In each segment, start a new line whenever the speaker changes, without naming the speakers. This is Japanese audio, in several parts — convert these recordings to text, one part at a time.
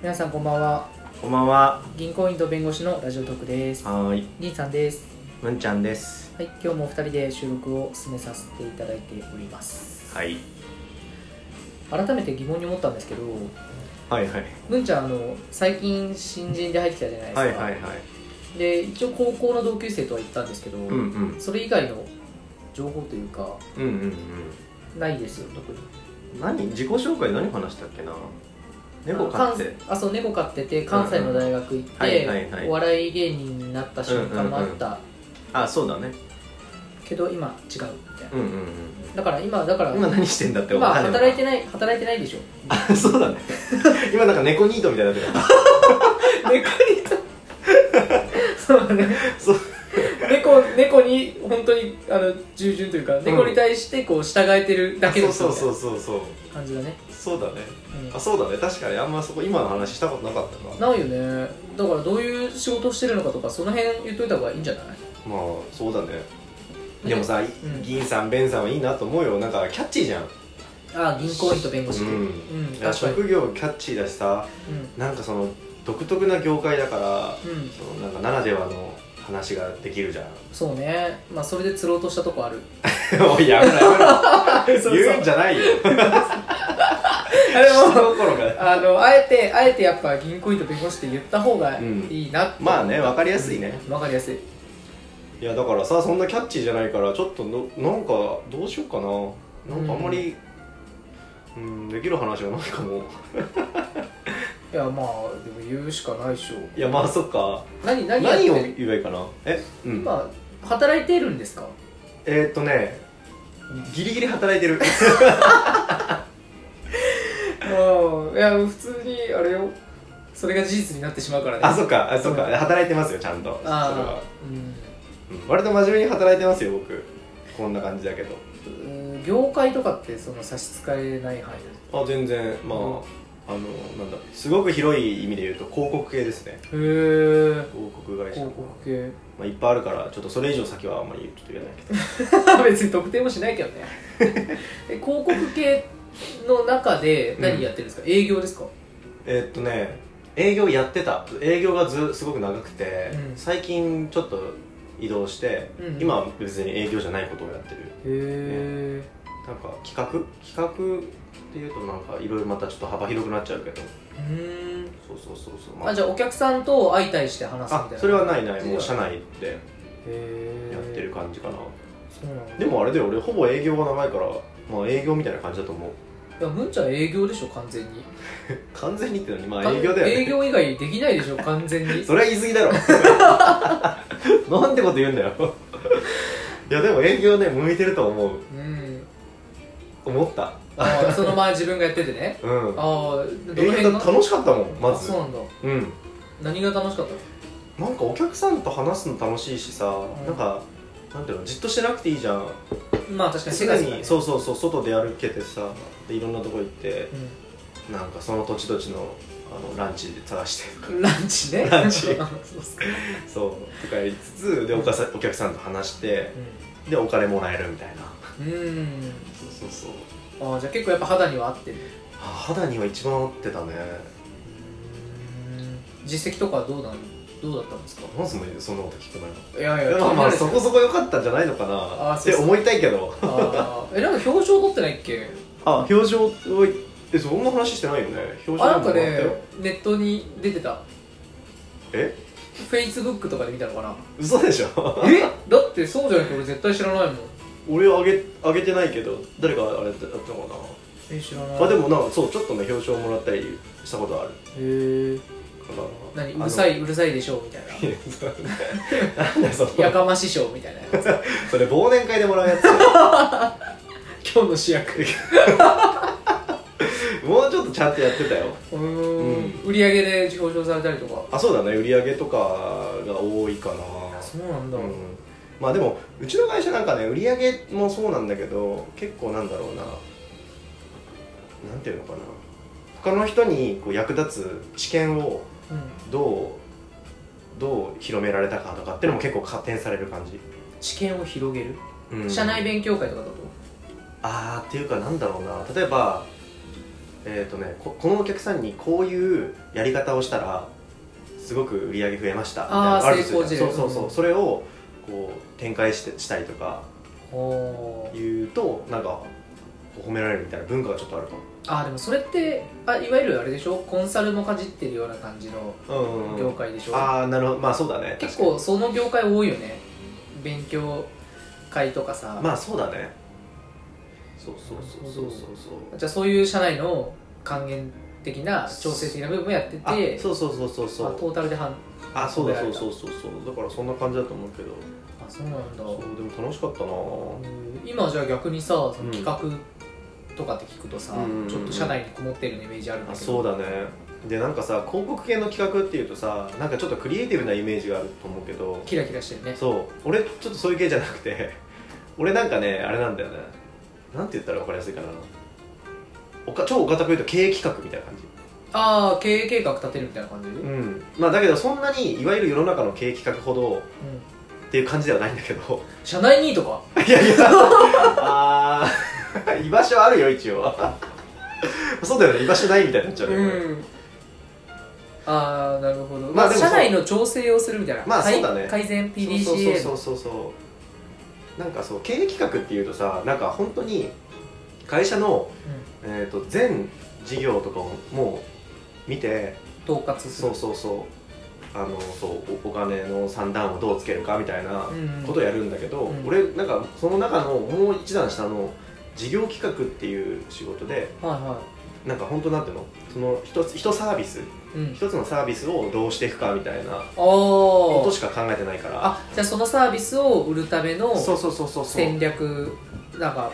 皆さんこんばんは
こんばんは。
銀行員と弁護士のラジオトークです
はーい。
銀さんです
むんちゃんです。
はい今日もお二人で収録を進めさせていただいております
はい。
改めて疑問に思ったんですけど
はいはい。
むんちゃんあの最近新人で入ってきたじゃないですか、
はいはいはい。
で一応高校の同級生とは言ったんですけど、
うんうん。
それ以外の情報というか
うんうん
ないですよ特に
うん。何自己紹介何話したっけな猫飼って。
あ関あそう猫飼ってて関西の大学行っ
うんうんはい
て
はいはい
お笑い芸人になった瞬間もあった、
あ、そうだね。
けど今違うみたいな
うんうん
だから今だか
う
ら
ん。今何してんだって
今
わかんな
働いてない働いてない でしょ
あ、そうだね。今なんか猫ニートみたいになって
猫にと そうだね
そう
猫猫に本当にあの従順というか、猫に対してこう従えてるだ
た。
けの
そうそうそううそうそう。
感じだね、
そうだね。
うん
あ、そうだね。確かにあんまそこ今の話したことなかったな。
ないよねだからどういう仕事をしてるのかとかその辺言っといた方がいいんじゃない
まあ、そうだね。でもさ、
ん
銀さん、ベンさんはいいなと思うよ。なんかキャッチーじゃん。
ああ銀行員と弁護士って
う
うんん、
いや
確かに
職業キャッチーだしさなんかその独特な業界だから
うん、うん、
そのなんかならではの話ができる じゃん
そうねまあそれで釣ろうとしたとこある
おいやめろや
そう
めろ言 うんじゃないよ
あれも
どころか
あのあえてあえてやっぱ銀行員と弁護士って言った方がいいなって、
まあね分かりやすいね
わかりやすい
いやだからさそんなキャッチーじゃないからちょっとのなんかどうしようかななんかあんまりうん、できる話がないかも
いやまあでも言うしかないでしょ
いやまあそっか
何何やって
何
る
を言えばいいかなえうん
今働いてるんですか
えー、っとねギリギリ働 いてる
うんいや普通にあれよそれが事実になってしまうからね
あそっかあそっか、
うん
働いてますよちゃんとそれは
あーうん
うん割と真面目に働いてますよ僕こんな感じだけど
うん業界とかってその差し支えない範囲です
あ全然まあ、
うん
あのなんだすごく広い意味で言うと広告系ですね
へえ
広告会社
広告系
まあ、いっぱいあるからちょっとそれ以上先はあんまりちょっと言えないけど
別に特定もしないけど ねえ広告系の中で何やってるんですか、営業ですか
えーっとね営業やってた営業がずすごく長くて、
うん
最近ちょっと移動して、
うん
今は別に営業じゃないことをやってる
へえ
なんか企画企画っていうとなんかいろいろまたちょっと幅広くなっちゃうけど
うん
そうそうそうそう、ま
あじゃあお客さんと相対して話すみた
あ
いな
それはないいないもう社内で
へえ
やってる感じかな、
そうなんだ
でもあれだよ俺ほぼ営業が長いからまあ営業みたいな感じだと思う
いやむんちゃん営業でしょ完全に
完全にってのにまあ営業だよね
営業以外できないでしょ完全 に
それは言い過ぎだろ なんてこと言うんだよいやでも営業ね向いてると思
う
う
ん
思った
あーその前自分がやっててね
うん
ああどの
営
辺
業
が
楽しかったもんま
あ
ず
そうなんだ
うん
何が楽しかったの
なんかお客さんと話すの楽しいしさ、
ん
なんかなんていうのじっとしてなくていいじゃん
まあ確かに世
す
界
で
だから
に
ね
そうそうそう外で歩けてさでいろんなとこ行ってなんかその土地土地のあのランチ探してとか
うんランチね
ランチ
そうっすか
そうとかやりつつでおかさお客さんと話してでお金もらえるみたいな
うんうん
そうそうそう
ああじゃあ結構やっぱ肌には合ってる
あ肌には一番合ってたね
実績とかはどうなんどうだったんですか
なんすもそんなこと聞くないの
いやい
い
や
やまあまあ
気
そ
になる
こそこ良かったんじゃないのか
あ
なっ
そう
て
そう
思いたいけど
あーえなんか表彰取ってないっけ
あ表情をえそんな話してないよね表情
あなんか
もらっ
ね
たよ
ネットに出てた
え
フェイスブックとかで見たのかな
嘘でしょ
えだってそうじゃなくて俺絶対知らないもん
俺あげあげてないけど誰かあれやったのか
え知らな
ないあでもなんかそうちょっとね表彰もらったりしたことある
へえ
から
何うる さいうるさいでしょうみたい
いやそうねなんだよその
なやかましょうみ たいなやつ
それ忘年会でもらうやつ
今日の主役
もうちょっとちゃんとやってたよ
うーん売り上げで表彰されたりとか
あそうだね売り上げとかが多いかな
そうなんだ、
うんまあでもうちの会社なんかね売り上げもそうなんだけど結構なんだろうななんていうのかな他の人にこう役立つ知見を
うん
どうどう広められたかとかっていうのも結構加点される感じ、
知見を広げる、
うん
社内勉強会とかだと
ああっていうかなんだろうな例えばえっ、とねここのお客さんにこういうやり方をしたらすごく売り上げ増えましたみたいな
あー
のるとするじゃん
成功事例
そうそうそううんそれをこう展開してしたりとか
おー
言うとなんか褒められるみたいな文化がちょっとあるか
あーでもそれってあいわゆるあれでしょコンサルもかじってるような感じの
も、うんうんうん
業界でしょ、
ああなるほどまあそうだね
結構その業界多いよね勉強会とかさ、
まあそうだねそうそうそうそうそうそう
じゃあそういう社内の還元的な調整的な部分もやって
あ
て
そうそうそうそうそ
まあト
う
ータルで半
あそうだ
褒めら
そ
れ
う
た
そうそうそうだからそんな感じだと思うけど
あそうなんだ
そうでも楽しかったな
うん今じゃあ逆にさその
うん
企画とかって聞くとさ、
うんうんうん
ちょっと社内にこもってるようなイメージあるんだ
あ
けど
そうだねでなんかさ広告系の企画っていうとさなんかちょっとクリエイティブなイメージがあると思うけど
キラキラしてるね
そう俺ちょっとそういう系じゃなくて俺なんかねあれなんだよねなんて言ったら分かりやすいかなおか超お堅く言うと経営企画みたいな感じ
ああ経営計画立てるみたいな感じ、うん
うんまあだけどそんなにいわゆる世の中の経営企画ほどっていう感じではないんだけど
社内にとか
いやいやああ 居場所あるよ一応 そうだよね居場所ないみたいになっちゃうね、これ
んああなるほど、
ま
ま
あ
あ
でもそう
社内の調整をするみたいな、
まあそうだね
改善 PDCA
そうそうそうそうそうなんかそう経営企画っていうとさなんか本当に会社の、えー、と全事業とかをもう見て
うん統括す
そ
る
うそうそうあのそうおお金の三段をどうつけるかみたいな
うん
ことをやるんだけど、
うん
俺なんかその中のもう一段下の事業企画っていう仕事で
はいは
なんか本当なんていうのその一つ一サービス
い、うん、
一つのサービスをどうしていくかみたいなこ
お
と
ー
しか考えてないから
あじゃあそのサービスを売るための
そうそうそうそうそう
戦略なんか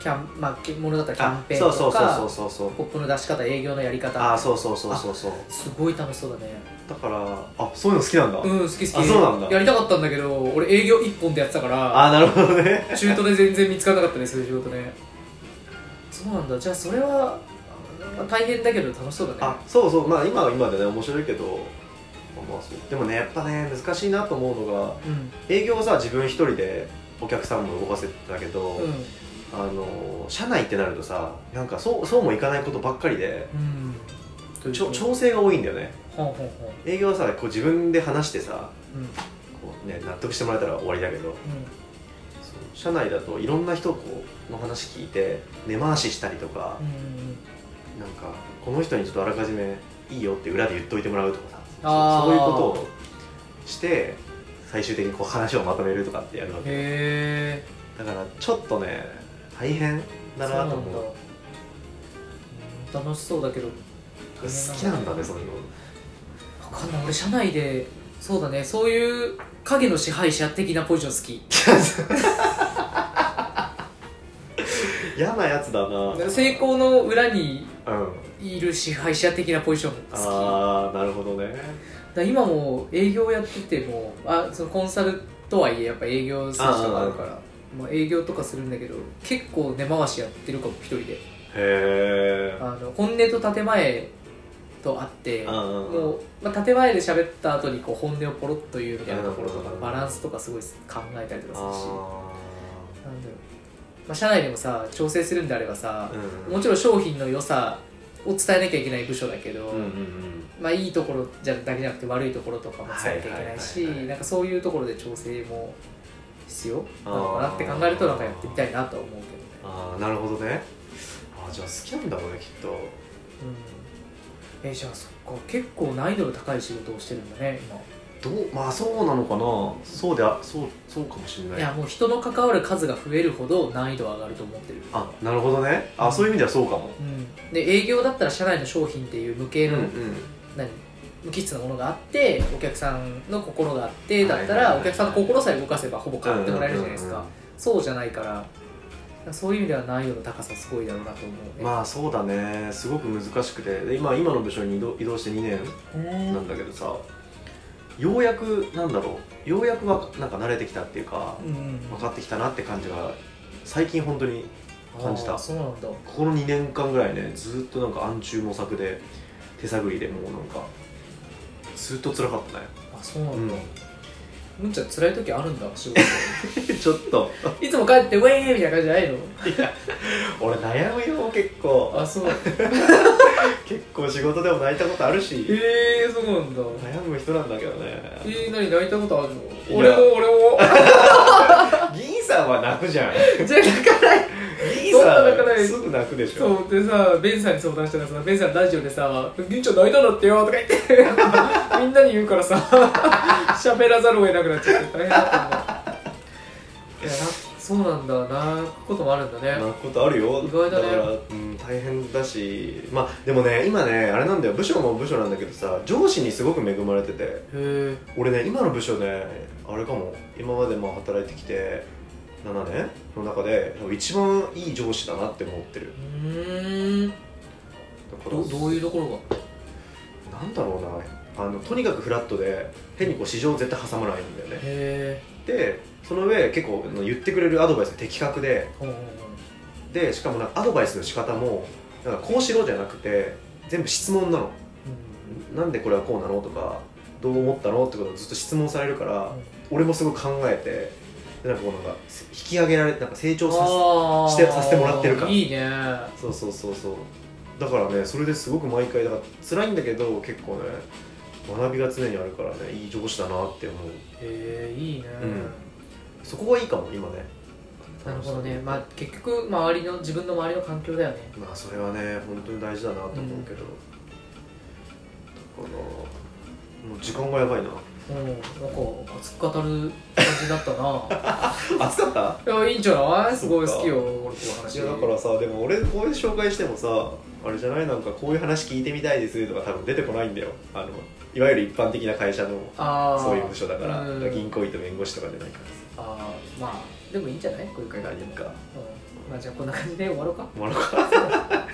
キャン、まあ、きものだったらキャ
あ
ンペーンと
そう
か
そうそうそうそう
ポップの出し方営業のやり
あ
方
ーそうそうそうそうそう
すごい楽しそうだね
だからあそういうの好きなんだ、
うん好き好
あ
き
そうなんだ
やりたかったんだけど俺営業一本でやってたから
あーなるほどね
中途で全然見つからなかったねそういう仕事ねそうなんだじゃあそれはまあ大変だけど楽しそうだね
あそうそうまあ今は今でね面白いけどまあそうでもねやっぱね難しいなと思うのが
うん
営業はさ自分一人でお客さんも動かせてたけど、
うん
あの社内ってなるとさなんかそうそうもいかないことばっかりで
うんという
ちょ
と
調整が多いんだよね
ほんほんほん
営業はさこう自分で話してさ
うん
こう、ね、納得してもらえたら終わりだけ
う
ど
ん
そう社内だといろんな人こうの話聞いて根回ししたりとか
う、んうん
なんかこの人にちょっとあらかじめいいよって裏で言っといてもらうとかさ
あー
そうそういうことをして最終的にこう話をまとめるとかってやるわけ
へえ
だからちょっとね大変だなと思う
ううん楽しそうだけど
好きなんだねそういうの
分かんない俺社内でそうだねそういう影の支配者的なポジション好
嫌なやつだな
き成功の裏に
うん
いる支配者的なポジション好き
ああなるほどね
だから今も営業やっててもあそのコンサルとはいえやっぱ営業する人があるからまあ、営業とかするんだけど結構根回しやってるかも一人で
へえ
あの本音と建前とあって
うんうんうん
もう、まあ、建前で喋った後にこう本音をポロッと言うみたいなところとか
うん
バランスとかすごい考えたりとかするし
あ
なんだろう、まあ、社内でもさ調整するんであればさ
ー、うん
もちろん商品の良さを伝えなきゃいけない部署だけど、
うんうんうん
まあ、いいところじゃだけじゃなくて悪いところとかも伝えていけないし
はいはいはいはい
なんかそういうところで調整も必要なのかなって考えるとなんかやってみたいなとは思うけどね、
ああなるほどねあーじゃあ好きなんだろうねきっと
うん、えじゃあそっか結構難易度の高い仕事をしてるんだね
どうまあそうなのかなそうであそうそうかもしれ
今
ないい
やもう人の関わる数が増えるほど難易度は上がると思ってる
あなるほどねあそういう意味ではそうかも
うん、で営業だったら社内の商品っていう無形の、何無機質なものがあってお客さんの心があってだった
はいはい
ら
はい
お客さんの心さえ動かせばほぼ買ってもらえるじゃないです
うんうん
か
うんう
そうじゃないからそういう意味では難易度の高さすごいだろうなと思うね、
まあそうだねすごく難しくてで今今の部署に移動移動して2年
うん
なんだけどさようやくなんだろうようやくわかなんか慣れてきたっていうか
うん
分かってきたなって感じが最近本当に感じた
あーそうなんだ
この2年間ぐらいねずっとなんか暗中模索で手探りでもうなんかずっと辛かったね
あそうなんだ、
うん
むんちゃん辛い時あるんだ仕事
ちょっと
いつも帰ってウェーイみたいな感じじゃない の
俺悩むよ結構
あそう
結構仕事でも泣いたことあるし
えー、そうなんだ
悩む人なんだけどね
えー、何泣いたことあるの
や
俺も俺も
銀さんは泣くじゃん
じゃあ泣かない
銀
そんな
さ
泣かない
んすぐ泣くでしょ
そうでさベンさんに相談したらさベンさんラジオでさ「銀ちゃん泣いたんだってよ」とか言って みんなに言うからさ喋らざるを得なくなっちゃって大変だったんだ いやなそうなんだ泣くこともあるんだね
泣くことあるよ
意外だね
から、うん、大変だしまあでもね今ねあれなんだよ部署も部署なんだけどさ上司にすごく恵まれてて
へ
俺ね今の部署ねあれかも今までまあ働いてきて7年の中で多分一番いい上司だなって思ってる
えうん
だから
どどういうところが
なんだろうなあのとにかくフラットで変にこう市場を絶対挟まないんだよね
へ
でその上結構あの言ってくれるアドバイスが的確で
え
でしかもなんかアドバイスの仕方もなんかこうしろじゃなくて全部質問なのなんでこれはこうなのとかどう思ったのってことをずっと質問されるから俺もすごい考えてでなんかこうなんか引き上げられなんか成長させ
あー
してさせてもらってるから
いいね
そうそうそうそうだからねそれですごく毎回だから辛いんだけど結構ね学びが常にあるからねいい上司だなって思う
へえいいね、
うんそこがいいかも今ね
なるほどねまあ結局周りの自分の周りの環境だよね
まあそれはね本当に大事だなと思うけど、だからもう時間がやばいな
うんなんか熱く語る感じだった な
暑かった
いやいいんじゃないすごい
そっ
好き
か
よ俺この
い
話
やだからさでも俺こういう紹介してもさあれじゃないなんかこういう話聞いてみたいですとか多分出てこないんだよあのいわゆる一般的な会社の
ああ
そういう部署だから
うん
銀行員と弁護士とかじゃないか
あーまあでもいいんじゃないこういう会
ら
話
何
でも、うん
か
まあじゃあこんな感じで終わろうか
もらおうか